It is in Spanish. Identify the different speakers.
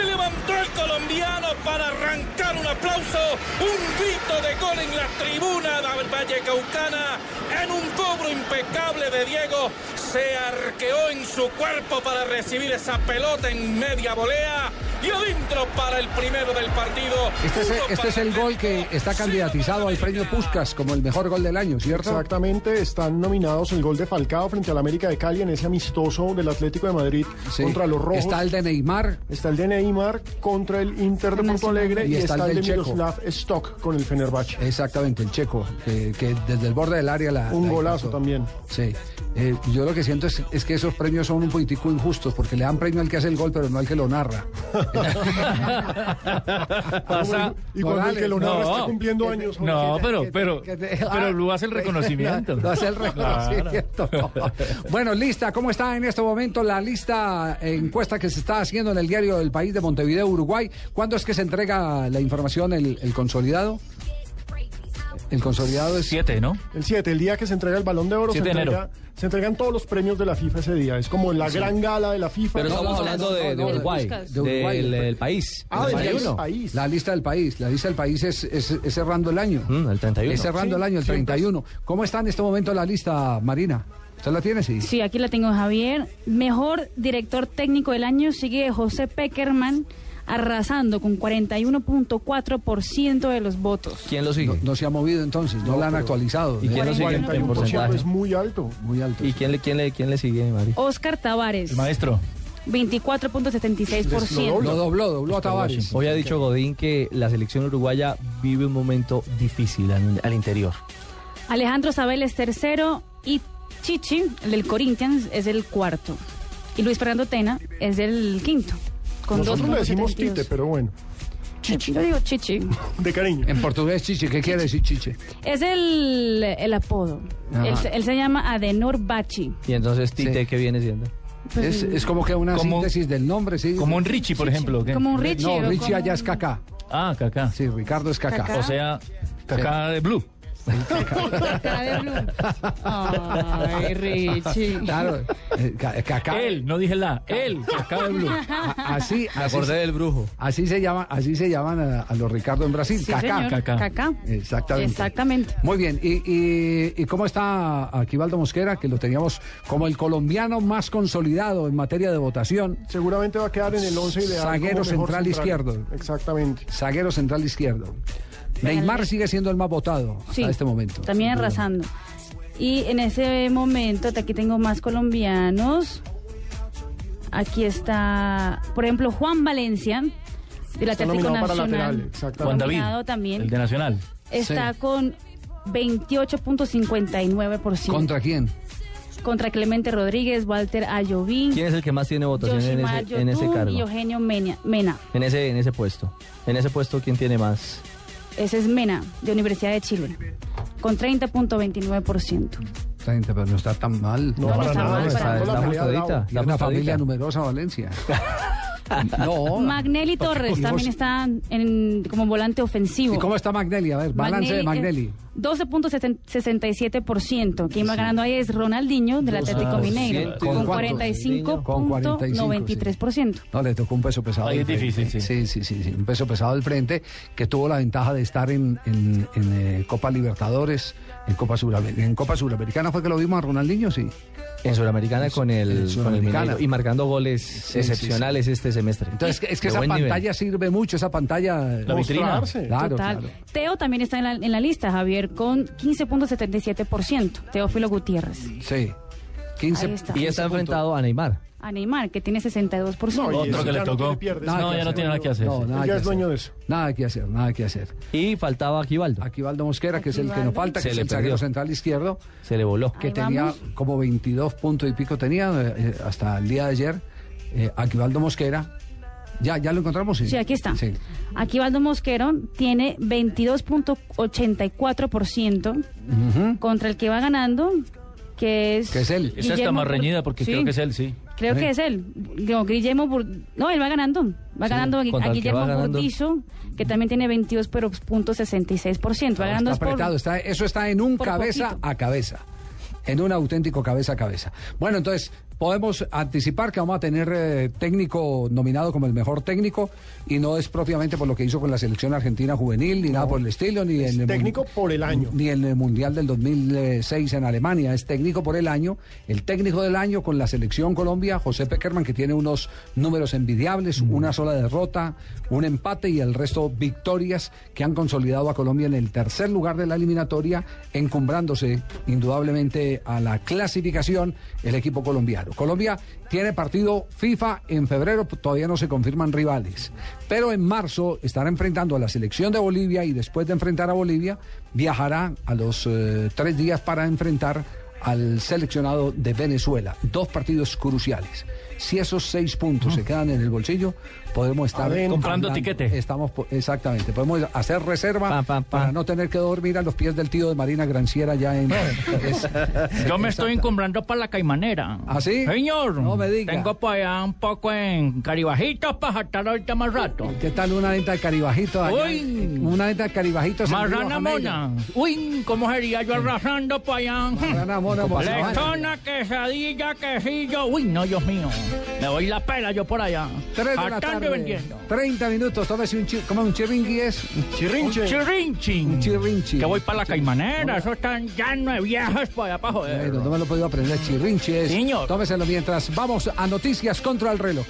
Speaker 1: el colombiano para arrancar un aplauso, un grito de gol en la tribuna del Valle Caucana, en un cobro impecable de Diego, se arqueó en su cuerpo para recibir esa pelota en media volea y adentro para el primero del partido.
Speaker 2: Este es, este es el gol que está candidatizado al premio Puscas como el mejor gol del año, ¿cierto?
Speaker 3: Exactamente, están nominados el gol de Falcao frente al América de Cali en ese amistoso del Atlético de Madrid sí. contra los Rojos.
Speaker 2: Está el de Neymar.
Speaker 3: Está el de Neymar contra el Inter de Porto Alegre y, y está, está, el, el de Miroslav Stock con el Fenerbahce.
Speaker 2: Exactamente, el checo, que, que desde el borde del área la.
Speaker 3: Un
Speaker 2: la
Speaker 3: golazo impactó. también.
Speaker 2: Sí. Eh, yo lo que siento es, es, que esos premios son un poquitico injustos, porque le dan premio al que hace el gol, pero no al que lo narra.
Speaker 3: Pasa, y cuando Morales, el que lo narra no, está cumpliendo años.
Speaker 4: No, pero, pero, pero Blue hace el reconocimiento.
Speaker 2: Ah. Lo hace el reconocimiento. Claro. bueno, lista, ¿cómo está en este momento la lista eh, encuesta que se está haciendo en el diario del país de Montevideo, Uruguay? ¿Cuándo es que se entrega la información, el, el consolidado? El consolidado es
Speaker 4: 7, ¿no?
Speaker 3: El 7, el día que se entrega el balón de oro.
Speaker 4: Siete
Speaker 3: se, entrega,
Speaker 4: enero.
Speaker 3: se entregan todos los premios de la FIFA ese día. Es como la sí. gran gala de la FIFA.
Speaker 5: Pero no, estamos no, hablando de, de, Uruguay, de Uruguay, del, del país.
Speaker 2: Ah,
Speaker 5: del
Speaker 2: país. país. La lista del país. La lista del país es, es, es cerrando el año.
Speaker 5: Mm, el 31.
Speaker 2: Es cerrando sí, el año, el 31. Siempre. ¿Cómo está en este momento la lista, Marina? ¿Usted la tiene? Sí.
Speaker 6: Sí, aquí la tengo, Javier. Mejor director técnico del año sigue José Peckerman arrasando con 41.4% de los votos.
Speaker 5: ¿Quién lo sigue?
Speaker 2: No, no se ha movido entonces, no, no la han actualizado.
Speaker 5: ¿Y quién lo sigue en porcentaje?
Speaker 3: Es muy alto, muy alto.
Speaker 5: ¿Y quién le, quién le, quién le sigue, Mari?
Speaker 6: Oscar Tavares.
Speaker 4: El maestro.
Speaker 6: 24.76%.
Speaker 2: Lo dobló,
Speaker 5: Pues,
Speaker 2: dobló a Tavares.
Speaker 5: Hoy ha dicho Godín que la selección uruguaya vive un momento difícil al, al interior.
Speaker 6: Alejandro Sabel es tercero y Chichi, el del Corinthians, es el cuarto. Y Luis Fernando Tena es el quinto.
Speaker 3: Con Nosotros le decimos tite, pero bueno.
Speaker 6: Chichi. Yo digo chichi.
Speaker 3: De cariño.
Speaker 2: En portugués, chichi. ¿Qué quiere decir chichi?
Speaker 6: Es el, el apodo. Él, él, se llama Adenor Bachi.
Speaker 5: Y entonces, tite, sí. ¿qué viene siendo?
Speaker 2: Pues es, es, como que una como, síntesis del nombre, sí.
Speaker 4: Como un Richie, por chichi. ejemplo. ¿qué?
Speaker 6: Como un Richie.
Speaker 2: No, Richie como... allá es Cacá.
Speaker 4: Ah, Cacá.
Speaker 2: Sí, Ricardo es Cacá.
Speaker 4: O sea, Cacá sí. de Blue.
Speaker 6: Cacá de Blue. Ay, Richie.
Speaker 2: Claro. eh,
Speaker 4: Cacá. Él, no dije la. Él, Cacá de Blue.
Speaker 2: Así,
Speaker 5: Me acordé
Speaker 2: así,
Speaker 5: del brujo.
Speaker 2: Así se llama, así se llaman a, a los Ricardo en Brasil.
Speaker 6: Sí,
Speaker 2: Cacá.
Speaker 6: Cacá. Cacá.
Speaker 2: Exactamente.
Speaker 6: Exactamente.
Speaker 2: Muy bien. ¿Y, y, y cómo está Aquivaldo Mosquera? Que lo teníamos como el colombiano más consolidado en materia de votación.
Speaker 3: Seguramente va a quedar en el 11 ideal.
Speaker 2: Zaguero central, central izquierdo.
Speaker 3: Exactamente.
Speaker 2: Zaguero central izquierdo. Neymar sigue siendo el más votado sí, a este momento.
Speaker 6: También arrasando. Y en ese momento, aquí tengo más colombianos. Aquí está, por ejemplo, Juan Valencia, del Atlético Nacional.
Speaker 4: Juan David,
Speaker 6: también.
Speaker 4: el de Nacional.
Speaker 6: Está sí. con 28.59%.
Speaker 2: ¿Contra quién?
Speaker 6: Contra Clemente Rodríguez, Walter Ayoví.
Speaker 5: ¿Quién es el que más tiene votación Yoshima en ese, Yotun en ese cargo?
Speaker 6: Y Eugenio Mena. Mena.
Speaker 5: En, ese, en ese puesto. En ese puesto, ¿quién tiene más?
Speaker 6: Ese es Mena, de Universidad de Chile, con 30.29%.
Speaker 2: 30, pero no está tan mal.
Speaker 3: No, no, no está nada, mal.
Speaker 5: Está, está ajustadita.
Speaker 2: Tiene una familia numerosa Valencia.
Speaker 6: no. Magnelli Torres también está en, como volante ofensivo.
Speaker 2: ¿Y cómo está Magnelli? A ver, balance
Speaker 6: eh,
Speaker 2: Magnelli,
Speaker 6: de Magnelli. 12.67%. Quien va sí. ganando ahí es Ronaldinho del Atlético ah, Mineiro, sí. con, 45.93%. Sí.
Speaker 2: No, le tocó un peso pesado.
Speaker 4: Ahí es difícil, sí.
Speaker 2: Sí, sí, sí, Un peso pesado del frente que tuvo la ventaja de estar en, en, en eh, Copa Libertadores, en Copa, Suramericana, en Copa Suramericana. ¿Fue que lo vimos a Ronaldinho? Sí.
Speaker 5: En Suramericana con el, Suramericana. Con el y marcando goles excepcionales este semestre.
Speaker 2: Entonces, es que de esa pantalla nivel. sirve mucho, esa pantalla.
Speaker 4: La vitrina.
Speaker 2: Claro, claro,
Speaker 6: Teo también está en la, en la lista, Javier, con 15.77%. Teófilo Gutiérrez.
Speaker 2: Sí.
Speaker 6: 15, está.
Speaker 5: Y está 15 enfrentado punto. a Neymar.
Speaker 6: A Neymar, que tiene 62%.
Speaker 4: No, Otro que le tocó.
Speaker 3: No, pierdes,
Speaker 4: no ya no tiene nada que hacer. No,
Speaker 3: nada
Speaker 2: ya
Speaker 3: que es dueño hacer. de eso.
Speaker 2: Nada que hacer, nada que hacer.
Speaker 5: Y faltaba Aquivaldo.
Speaker 2: Aquivaldo Mosquera, Aquivaldo. que es el que nos falta, Se que es el zaguero central izquierdo.
Speaker 5: Se le voló.
Speaker 2: Que Ahí tenía vamos. como 22 puntos y pico, tenía eh, hasta el día de ayer. Eh, Aquivaldo Mosquera. ¿Ya, ¿Ya lo encontramos?
Speaker 6: Sí, sí aquí está. Sí. Aquivaldo Mosquero tiene 22.84% uh -huh. contra el que va ganando, que es...
Speaker 2: Que es él.
Speaker 4: Esa está más reñida porque sí. creo que es él, sí.
Speaker 6: Creo que es él. No, Guillermo Bur... no, él va ganando. Va ganando a Guillermo Burdizo, que también tiene 22.66%. Va ganando
Speaker 2: está apretado,
Speaker 6: por,
Speaker 2: está, eso está en un cabeza poquito. a cabeza en un auténtico cabeza a cabeza. Bueno, entonces, podemos anticipar que vamos a tener eh, técnico nominado como el mejor técnico y no es propiamente por lo que hizo con la selección argentina juvenil ni nada por el estilo ni
Speaker 3: Es
Speaker 2: en el
Speaker 3: técnico
Speaker 2: mun-
Speaker 3: por el año.
Speaker 2: ni en el eh, mundial del 2006 en Alemania es técnico por el año el técnico del año con la selección Colombia José Peckerman que tiene unos números envidiables una sola derrota un empate y el resto victorias que han consolidado a Colombia en el tercer lugar de la eliminatoria encumbrándose indudablemente a la clasificación el equipo colombiano Colombia tiene partido FIFA en febrero, todavía no se confirman rivales. Pero en marzo estará enfrentando a la selección de Bolivia y después de enfrentar a Bolivia, viajará a los eh, tres días para enfrentar al seleccionado de Venezuela. Dos partidos cruciales. Si esos seis puntos
Speaker 5: Mm.
Speaker 2: se quedan en el bolsillo, podemos estar
Speaker 3: Adentro.
Speaker 4: Comprando tiquete.
Speaker 2: Estamos po- exactamente, podemos hacer reserva
Speaker 5: Pa, pa, pa.
Speaker 2: para no tener que dormir a los pies del tío de Marina Granciera ya en. es-
Speaker 4: Yo me estoy encumbrando para la caimanera.
Speaker 2: ¿Ah, sí?
Speaker 4: Señor.
Speaker 2: No me diga.
Speaker 4: Tengo por allá un poco en caribajitos para saltar ahorita más rato.
Speaker 2: ¿Qué tal una venta de caribajito? allá
Speaker 4: Uy.
Speaker 2: en- Una venta de caribajitos. en
Speaker 4: Marrana
Speaker 2: Río Jamello?
Speaker 4: mona. Uy, ¿cómo sería yo arrasando para allá?
Speaker 2: Marrana mona, mona.
Speaker 4: Lechona, quesadilla, quesillo. Uy, no, Dios mío. Me doy la pela yo por allá.
Speaker 2: 3 de la
Speaker 4: Hartando y
Speaker 2: tarde.
Speaker 4: vendiendo.
Speaker 2: 30 minutos. Tómese un, chi- ¿cómo es? un chiringui es.
Speaker 3: Chirrinche.
Speaker 4: Chirrinchín.
Speaker 2: Un chirrinchín.
Speaker 4: Que voy para la caimanera. Eso están llenos de viejas para allá para joder.
Speaker 2: Bueno, no me lo he podido aprender. Chirrinche es.
Speaker 4: Señor.
Speaker 2: Tómeselo mientras. Vamos a noticias contra el reloj.